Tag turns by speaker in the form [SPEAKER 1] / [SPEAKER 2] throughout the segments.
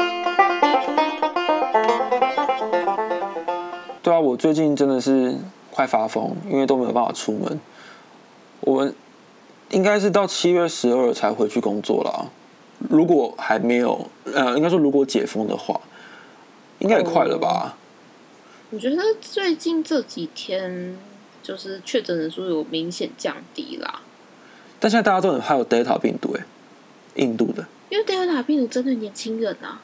[SPEAKER 1] 啊最近真的是快发疯，因为都没有办法出门。我们应该是到七月十二才回去工作啦。如果还没有，呃，应该说如果解封的话，应该也快了吧？
[SPEAKER 2] 我觉得最近这几天就是确诊人数有明显降低啦，
[SPEAKER 1] 但现在大家都很怕有 Delta 病毒、欸，哎，印度的。
[SPEAKER 2] 因为 Delta 病毒针对年轻人啊，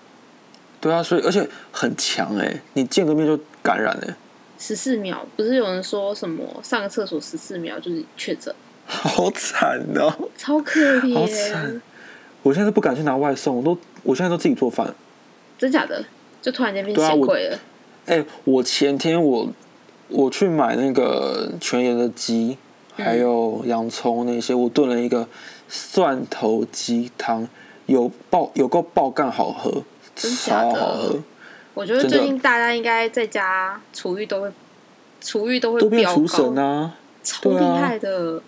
[SPEAKER 1] 对啊，所以而且很强哎、欸，你见个面就感染哎、欸，
[SPEAKER 2] 十四秒不是有人说什么上个厕所十四秒就是确诊，
[SPEAKER 1] 好惨哦、
[SPEAKER 2] 超可
[SPEAKER 1] 好惨
[SPEAKER 2] 怜，！
[SPEAKER 1] 我现在都不敢去拿外送，我都我现在都自己做饭。
[SPEAKER 2] 真假的？就突然间变
[SPEAKER 1] 对啊
[SPEAKER 2] 显
[SPEAKER 1] 我
[SPEAKER 2] 贵了，
[SPEAKER 1] 哎、我前天我我去买那个全盐的鸡，
[SPEAKER 2] 嗯
[SPEAKER 1] 还有洋葱那些，我炖了一个蒜头鸡汤，有爆有够爆干好喝，
[SPEAKER 2] 真假
[SPEAKER 1] 超
[SPEAKER 2] 的
[SPEAKER 1] 好喝，
[SPEAKER 2] 我觉得
[SPEAKER 1] 真的
[SPEAKER 2] 最近大家应该在家厨艺都会，厨艺都会
[SPEAKER 1] 都变
[SPEAKER 2] 飙
[SPEAKER 1] 厨
[SPEAKER 2] 高，
[SPEAKER 1] 神啊！
[SPEAKER 2] 超
[SPEAKER 1] 对
[SPEAKER 2] 厉
[SPEAKER 1] 啊
[SPEAKER 2] 害的。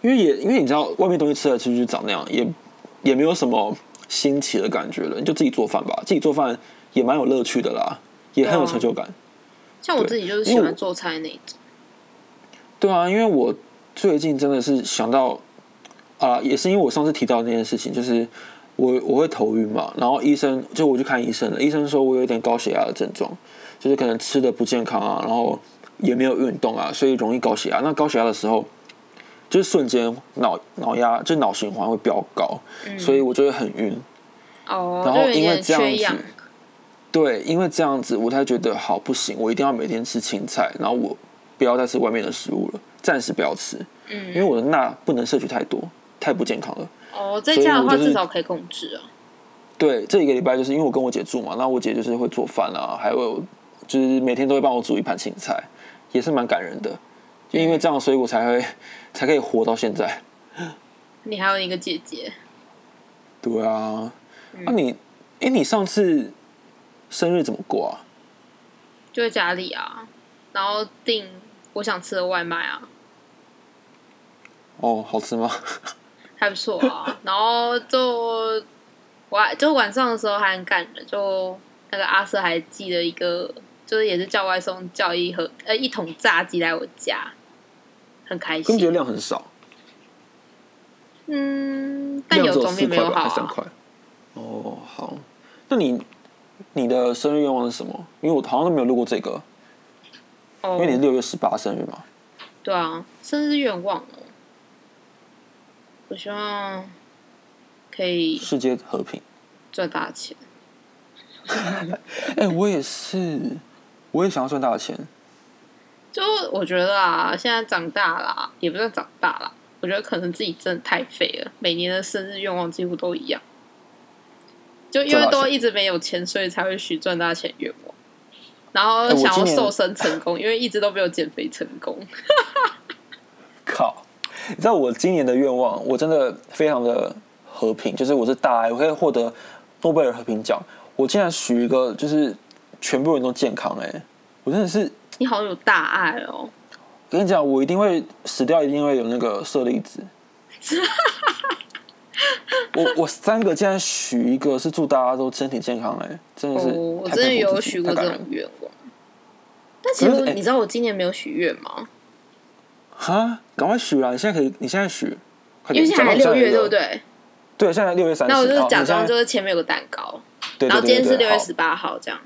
[SPEAKER 1] 因为也因为你知道外面东西吃来吃去就长那样，也也没有什么新奇的感觉了，你就自己做饭吧，自己做饭也蛮有乐趣的啦，也很有
[SPEAKER 2] 对啊
[SPEAKER 1] 成就感。
[SPEAKER 2] 像我
[SPEAKER 1] 对
[SPEAKER 2] 自己就是
[SPEAKER 1] 因
[SPEAKER 2] 喜
[SPEAKER 1] 为
[SPEAKER 2] 欢
[SPEAKER 1] 我
[SPEAKER 2] 做菜那一种，
[SPEAKER 1] 对啊，因为我最近真的是想到啊、也是因为我上次提到那件事情，就是我我会头晕嘛，然后医生就我去看医生了，医生说我有点高血压的症状，就是可能吃的不健康啊，然后也没有运动啊，所以容易高血压。那高血压的时候，就是瞬间脑脑压就脑循环会飙高，所以我就会很晕。
[SPEAKER 2] 哦，
[SPEAKER 1] 然后
[SPEAKER 2] 就有
[SPEAKER 1] 因为
[SPEAKER 2] 点
[SPEAKER 1] 这样
[SPEAKER 2] 缺
[SPEAKER 1] 子
[SPEAKER 2] 氧，
[SPEAKER 1] 对，因为这样子我才觉得好不行，我一定要每天吃青菜，然后我不要再吃外面的食物了，暂时不要吃，因为
[SPEAKER 2] 嗯，
[SPEAKER 1] 我的钠不能摄取太多，太不健康了。
[SPEAKER 2] 哦，在
[SPEAKER 1] 所以
[SPEAKER 2] 家的
[SPEAKER 1] 我
[SPEAKER 2] 话
[SPEAKER 1] 就是
[SPEAKER 2] 至少可以控制啊，
[SPEAKER 1] 对，这一个礼拜就是因为我跟我姐住嘛，那我姐就是会做饭啊，还有就是每天都会帮我煮一盘青菜，也是蛮感人的。就因为这样，所以我才会才可以活到现在。
[SPEAKER 2] 你还有一个姐姐，
[SPEAKER 1] 对啊，
[SPEAKER 2] 嗯
[SPEAKER 1] 那、你，哎、你上次生日怎么过啊？
[SPEAKER 2] 就在家里啊，然后订我想吃的外卖啊，
[SPEAKER 1] 哦，好吃吗？
[SPEAKER 2] 还不错 啊。然后就我还就晚上的时候还很感人，就那个阿瑟还寄了一个，就是也是叫外送叫一盒呃一桶炸鸡来我家，很开
[SPEAKER 1] 根本觉得
[SPEAKER 2] 心。
[SPEAKER 1] 量很少，
[SPEAKER 2] 嗯， 但
[SPEAKER 1] 量
[SPEAKER 2] 有
[SPEAKER 1] 只
[SPEAKER 2] 总
[SPEAKER 1] 四
[SPEAKER 2] 比没
[SPEAKER 1] 块
[SPEAKER 2] 有
[SPEAKER 1] 吧，
[SPEAKER 2] 好
[SPEAKER 1] 还三
[SPEAKER 2] 啊。
[SPEAKER 1] 块。哦，好，那你你的生日愿望是什么？因为我好像都没有录过这个，因为你
[SPEAKER 2] 哦，
[SPEAKER 1] 是六月十八生日嘛。
[SPEAKER 2] 对啊，生日愿望哦，我希望可以
[SPEAKER 1] 世界和平。
[SPEAKER 2] 赚大钱。
[SPEAKER 1] 哎、我也是，我也想要赚大钱。
[SPEAKER 2] 就我觉得啊，现在长大啦，也不算长大啦，我觉得可能自己真的太废了，每年的生日愿望几乎都一样，就因为
[SPEAKER 1] 赚大
[SPEAKER 2] 都
[SPEAKER 1] 钱
[SPEAKER 2] 一直没有钱，所以才会许赚大钱愿望，然后
[SPEAKER 1] 哎我
[SPEAKER 2] 想要
[SPEAKER 1] 今年
[SPEAKER 2] 瘦身成功，因为一直都没有减肥成功。
[SPEAKER 1] 靠！你知道我今年的愿望，我真的非常的和平，就是我是大爱，我可以获得诺贝尔和平奖。我竟然许一个，就是全部人都健康、哎，我真的是
[SPEAKER 2] 你好像有大爱哦，
[SPEAKER 1] 跟你讲，我一定会死掉，一定会有那个舍利 子。我我三个竟然许一个是祝大家都身体健康、哎，真的
[SPEAKER 2] 哦
[SPEAKER 1] 是、太
[SPEAKER 2] 我
[SPEAKER 1] 佩
[SPEAKER 2] 真的
[SPEAKER 1] 服
[SPEAKER 2] 有
[SPEAKER 1] 自己
[SPEAKER 2] 许
[SPEAKER 1] 太
[SPEAKER 2] 过
[SPEAKER 1] 感
[SPEAKER 2] 这
[SPEAKER 1] 人
[SPEAKER 2] 种愿望，但其
[SPEAKER 1] 可是
[SPEAKER 2] 实
[SPEAKER 1] 哎
[SPEAKER 2] 你知道我今年没有许愿吗？
[SPEAKER 1] 哈，赶快许啦！啊你现在可以，你现在许，快点
[SPEAKER 2] 因为现在还
[SPEAKER 1] 讲
[SPEAKER 2] 六
[SPEAKER 1] 到你现在
[SPEAKER 2] 月，
[SPEAKER 1] 的
[SPEAKER 2] 对不？对？
[SPEAKER 1] 对，现在六月三十。
[SPEAKER 2] 那我就是
[SPEAKER 1] 好
[SPEAKER 2] 假装
[SPEAKER 1] 你
[SPEAKER 2] 就
[SPEAKER 1] 现在
[SPEAKER 2] 是前面有个蛋糕，
[SPEAKER 1] 对对对对
[SPEAKER 2] 然后今天是
[SPEAKER 1] 对
[SPEAKER 2] 六月
[SPEAKER 1] 好
[SPEAKER 2] 十八号这样。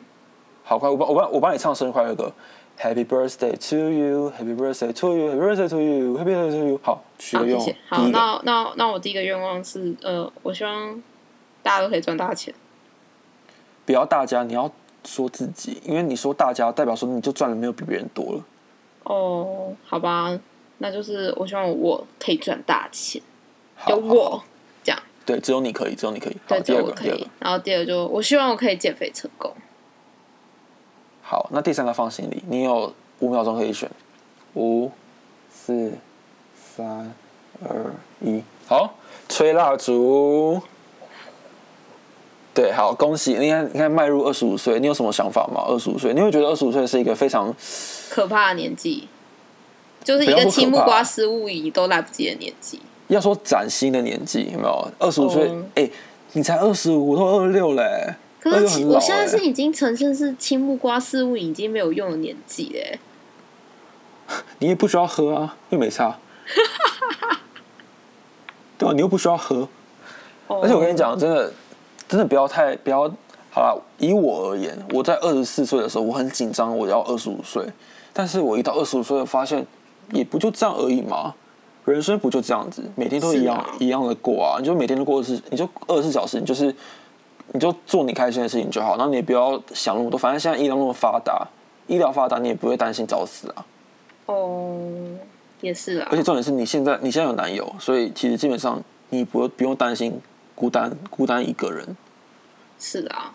[SPEAKER 1] 好快，我帮我帮我帮你唱生日快乐歌，Happy birthday to you，Happy birthday to you，Happy birthday to you，Happy birthday to you。好，许
[SPEAKER 2] 好，
[SPEAKER 1] 个
[SPEAKER 2] 谢
[SPEAKER 1] 愿，
[SPEAKER 2] 哦谢。
[SPEAKER 1] 第
[SPEAKER 2] 好，
[SPEAKER 1] 一个
[SPEAKER 2] 那那那我第一个愿望是，呃，我希望大家都可以赚大钱。
[SPEAKER 1] 不要大家，你要说自己，因为你说大家代表说你就赚的没有比别人多了。
[SPEAKER 2] 哦，好吧，那就是我希望我可以赚大钱，
[SPEAKER 1] 好
[SPEAKER 2] 就
[SPEAKER 1] 好
[SPEAKER 2] 我这样，
[SPEAKER 1] 对，只有你可以，只有你可以。好，
[SPEAKER 2] 对，
[SPEAKER 1] 第
[SPEAKER 2] 这
[SPEAKER 1] 二
[SPEAKER 2] 我
[SPEAKER 1] 个，
[SPEAKER 2] 可
[SPEAKER 1] 第二个
[SPEAKER 2] 以。。然后第二个就我希望我可以减肥成功。
[SPEAKER 1] 好，那第三个放心里，你有五秒钟可以选，五、四、三、二、一，好，吹蜡烛。对，好，恭喜！你看，你看，迈入二十五岁，你有什么想法吗？二十五岁，你会觉得二十五岁是一个非常
[SPEAKER 2] 可怕的年纪，就是一
[SPEAKER 1] 不要
[SPEAKER 2] 个
[SPEAKER 1] 说可
[SPEAKER 2] 青木
[SPEAKER 1] 怕啊
[SPEAKER 2] 瓜失误你都来不及的年纪。
[SPEAKER 1] 要说崭新的年纪，有没有？二十五岁
[SPEAKER 2] 哦，
[SPEAKER 1] 哎、你才二十五，我都二六嘞，
[SPEAKER 2] 可
[SPEAKER 1] 那就是很
[SPEAKER 2] 我
[SPEAKER 1] 老
[SPEAKER 2] 现在
[SPEAKER 1] 哎、
[SPEAKER 2] 是已经呈现是青木瓜失误已经没有用的年纪嘞，欸
[SPEAKER 1] 你也不需要喝啊，又没 差。对啊，你又不需要喝。
[SPEAKER 2] 哦
[SPEAKER 1] 而且我跟你，讲，真的，真的不要太不要好啦，以我而言，我在二十四岁的时候，我很紧张，我要二十五岁。但是我一到二十五岁，发现也不就这样而已嘛。人生不就这样子，每天都一样、
[SPEAKER 2] 是啊
[SPEAKER 1] 一样的过啊，你就每天都过二十，你就二十四小时，你就是你就做你开心的事情就好，然后你也不要想那么多。反正现在医疗那么发达，医疗发达，你也不会担心早死啊。
[SPEAKER 2] 哦，也是啊
[SPEAKER 1] 而，且重点是你现在你现在有男友，所以其实基本上你不不用担心孤单孤单一个人。
[SPEAKER 2] 是啊，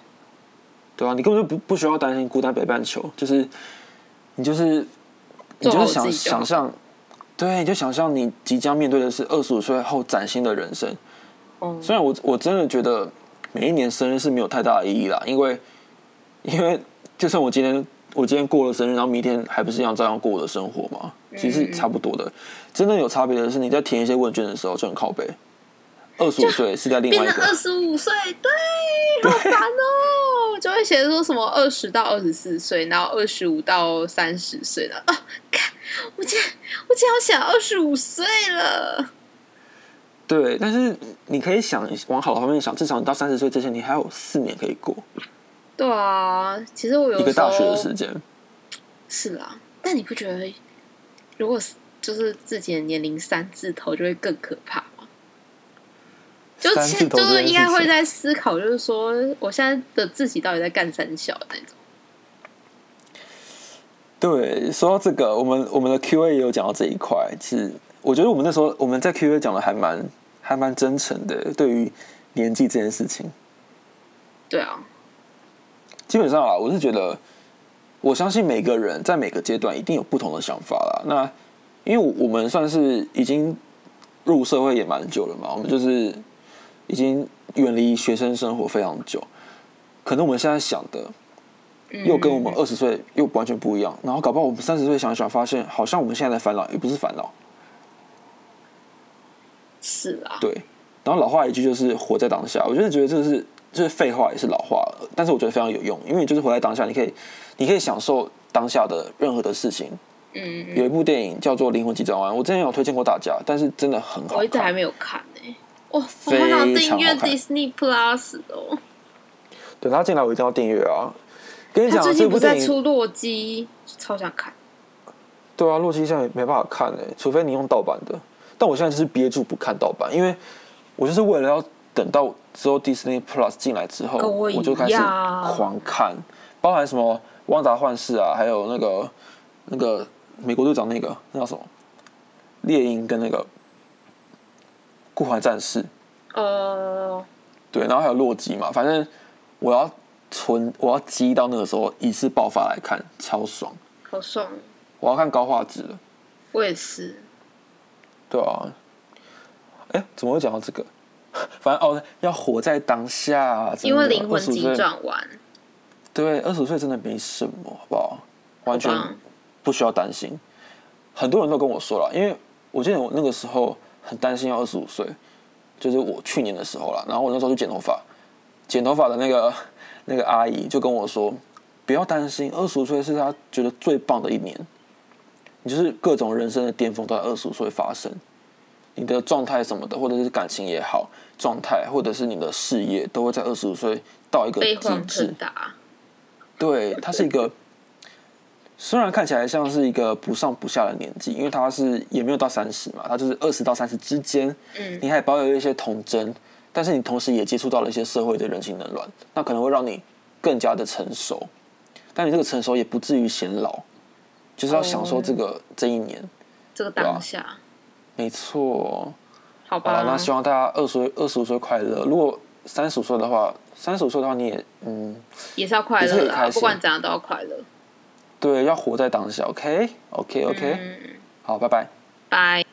[SPEAKER 1] 对啊，你根本就不不需要担心孤单北半球，就是你就是你
[SPEAKER 2] 做好
[SPEAKER 1] 就
[SPEAKER 2] 我
[SPEAKER 1] 是想
[SPEAKER 2] 自己就好
[SPEAKER 1] 想象，对，你就想象你即将面对的是二十五岁后崭新的人生。
[SPEAKER 2] 哦，
[SPEAKER 1] 虽然我我真的觉得每一年生日是没有太大的意义啦，因为因为就算我今天我今天过了生日，然后明天还不是一样照样过我的生活嘛，其实
[SPEAKER 2] 嗯
[SPEAKER 1] 是差不多的。真的有差别的是，你在填一些问卷的时候就很靠背。二十五岁是在另
[SPEAKER 2] 变
[SPEAKER 1] 外一
[SPEAKER 2] 成
[SPEAKER 1] 个啊
[SPEAKER 2] 二十五岁，对，好烦哦，就会写说什么二十到二十四岁，然后二十五到三十岁的，啊，看我竟然我竟然要写二十五岁了，
[SPEAKER 1] 对，但是你可以想往好的方面想，至少你到三十岁之前，你还有四年可以过
[SPEAKER 2] 对啊，其实我有
[SPEAKER 1] 一个
[SPEAKER 2] 时候
[SPEAKER 1] 大学的时间。
[SPEAKER 2] 是啦，但你不觉得如果是就是自己的年龄三字头就会更可怕吗？就
[SPEAKER 1] 三字
[SPEAKER 2] 现
[SPEAKER 1] 头
[SPEAKER 2] 就
[SPEAKER 1] 这
[SPEAKER 2] 是
[SPEAKER 1] 件
[SPEAKER 2] 应该
[SPEAKER 1] 事
[SPEAKER 2] 会
[SPEAKER 1] 情
[SPEAKER 2] 在思考，就是说我现在的自己到底在干三小的那种。
[SPEAKER 1] 对，说到这个，我们我们的 Q&A 也有讲到这一块，是我觉得我们那时候我们在 Q&A 讲的还蛮还蛮真诚的，对于年纪这件事情，
[SPEAKER 2] 对啊，
[SPEAKER 1] 基本上啊，我是觉得我相信每个人在每个阶段一定有不同的想法啦。那因为我我们算是已经入社会也蛮久了嘛，我们就是已经远离学生生活非常久，可能我们现在想的
[SPEAKER 2] 嗯
[SPEAKER 1] 又跟我们二十岁又完全不一样，然后搞不好我们三十岁想一想，发现好像我们现在的烦恼也不是烦恼，
[SPEAKER 2] 是啦，
[SPEAKER 1] 对。然后老话一句就是活在当下，我真的觉得这个是这是废话也是老话，但是我觉得非常有用，因为你就是活在当下，你可以你可以享受当下的任何的事情。
[SPEAKER 2] 嗯，
[SPEAKER 1] 有一部电影叫做《灵魂急转弯》，我之前有推荐过大家，但是真的很好
[SPEAKER 2] 我一直还
[SPEAKER 1] 看。
[SPEAKER 2] 没有看呢、哇，我好想订阅
[SPEAKER 1] 非常好看
[SPEAKER 2] Disney Plus 哦。
[SPEAKER 1] 对他进来我一定要订阅啊！跟你
[SPEAKER 2] 他
[SPEAKER 1] 讲，
[SPEAKER 2] 最
[SPEAKER 1] 这
[SPEAKER 2] 近不
[SPEAKER 1] 部
[SPEAKER 2] 是
[SPEAKER 1] 电
[SPEAKER 2] 在
[SPEAKER 1] 影
[SPEAKER 2] 出洛基，超想看。
[SPEAKER 1] 对啊，洛基现在没办法看诶、除非你用盗版的。但我现在就是憋住不看盗版，因为我就是为了要等到之后 Disney Plus 进来之后，
[SPEAKER 2] 跟我
[SPEAKER 1] 我
[SPEAKER 2] 一
[SPEAKER 1] 就开始
[SPEAKER 2] 样
[SPEAKER 1] 狂看，包含什么《汪达幻视》啊，还有那个那个美国队长那个那叫什么猎鹰跟那个孤怀战士，
[SPEAKER 2] 呃，
[SPEAKER 1] 对，然后还有洛基嘛，反正我要存，我要积到那个时候一次爆发来看，超爽！
[SPEAKER 2] 好爽，
[SPEAKER 1] 我要看高画质的，
[SPEAKER 2] 我也是。
[SPEAKER 1] 对啊。哎，怎么会讲到这个？ 反正哦，要活在当下、啊真的
[SPEAKER 2] 因为灵魂
[SPEAKER 1] 25岁
[SPEAKER 2] 急转弯，
[SPEAKER 1] 对，二十五岁真的没什么，好不好？完全
[SPEAKER 2] 吧
[SPEAKER 1] 不需要担心。很多人都跟我说了，因为我记得我那个时候很担心要二十五岁，就是我去年的时候啦。然后我那时候去剪头发，剪头发的那个 那个阿姨就跟我说，不要担心，二十五岁是她觉得最棒的一年，你就是各种人生的巅峰都在二十五岁发生。你的状态什么的，或者是感情也好，状态或者是你的事业，都会在二十五岁到一个
[SPEAKER 2] 飞
[SPEAKER 1] 极
[SPEAKER 2] 黄
[SPEAKER 1] 致
[SPEAKER 2] 腾。达。
[SPEAKER 1] 对，他是一个，虽然看起来像是一个不上不下的年纪，因为他是也没有到三十嘛，他就是二十到三十之间，
[SPEAKER 2] 嗯，
[SPEAKER 1] 你还保有一些童真，但是你同时也接触到了一些社会的人情冷暖，那可能会让你更加的成熟，但你这个成熟也不至于显老，就是要享受这个、这一年，
[SPEAKER 2] 这个当下，
[SPEAKER 1] 没错。好
[SPEAKER 2] 好
[SPEAKER 1] 了，，
[SPEAKER 2] 吧
[SPEAKER 1] 那希望大家二十二十五岁快乐。如果三十五岁的话，三十五岁的话你也嗯，
[SPEAKER 2] 也是要快
[SPEAKER 1] 也
[SPEAKER 2] 乐
[SPEAKER 1] 是很开
[SPEAKER 2] 啦，
[SPEAKER 1] 心
[SPEAKER 2] 不管怎样都要快乐。
[SPEAKER 1] 对，要活在当下。OK，OK，OK，、
[SPEAKER 2] 嗯，
[SPEAKER 1] 好，拜拜。
[SPEAKER 2] 拜。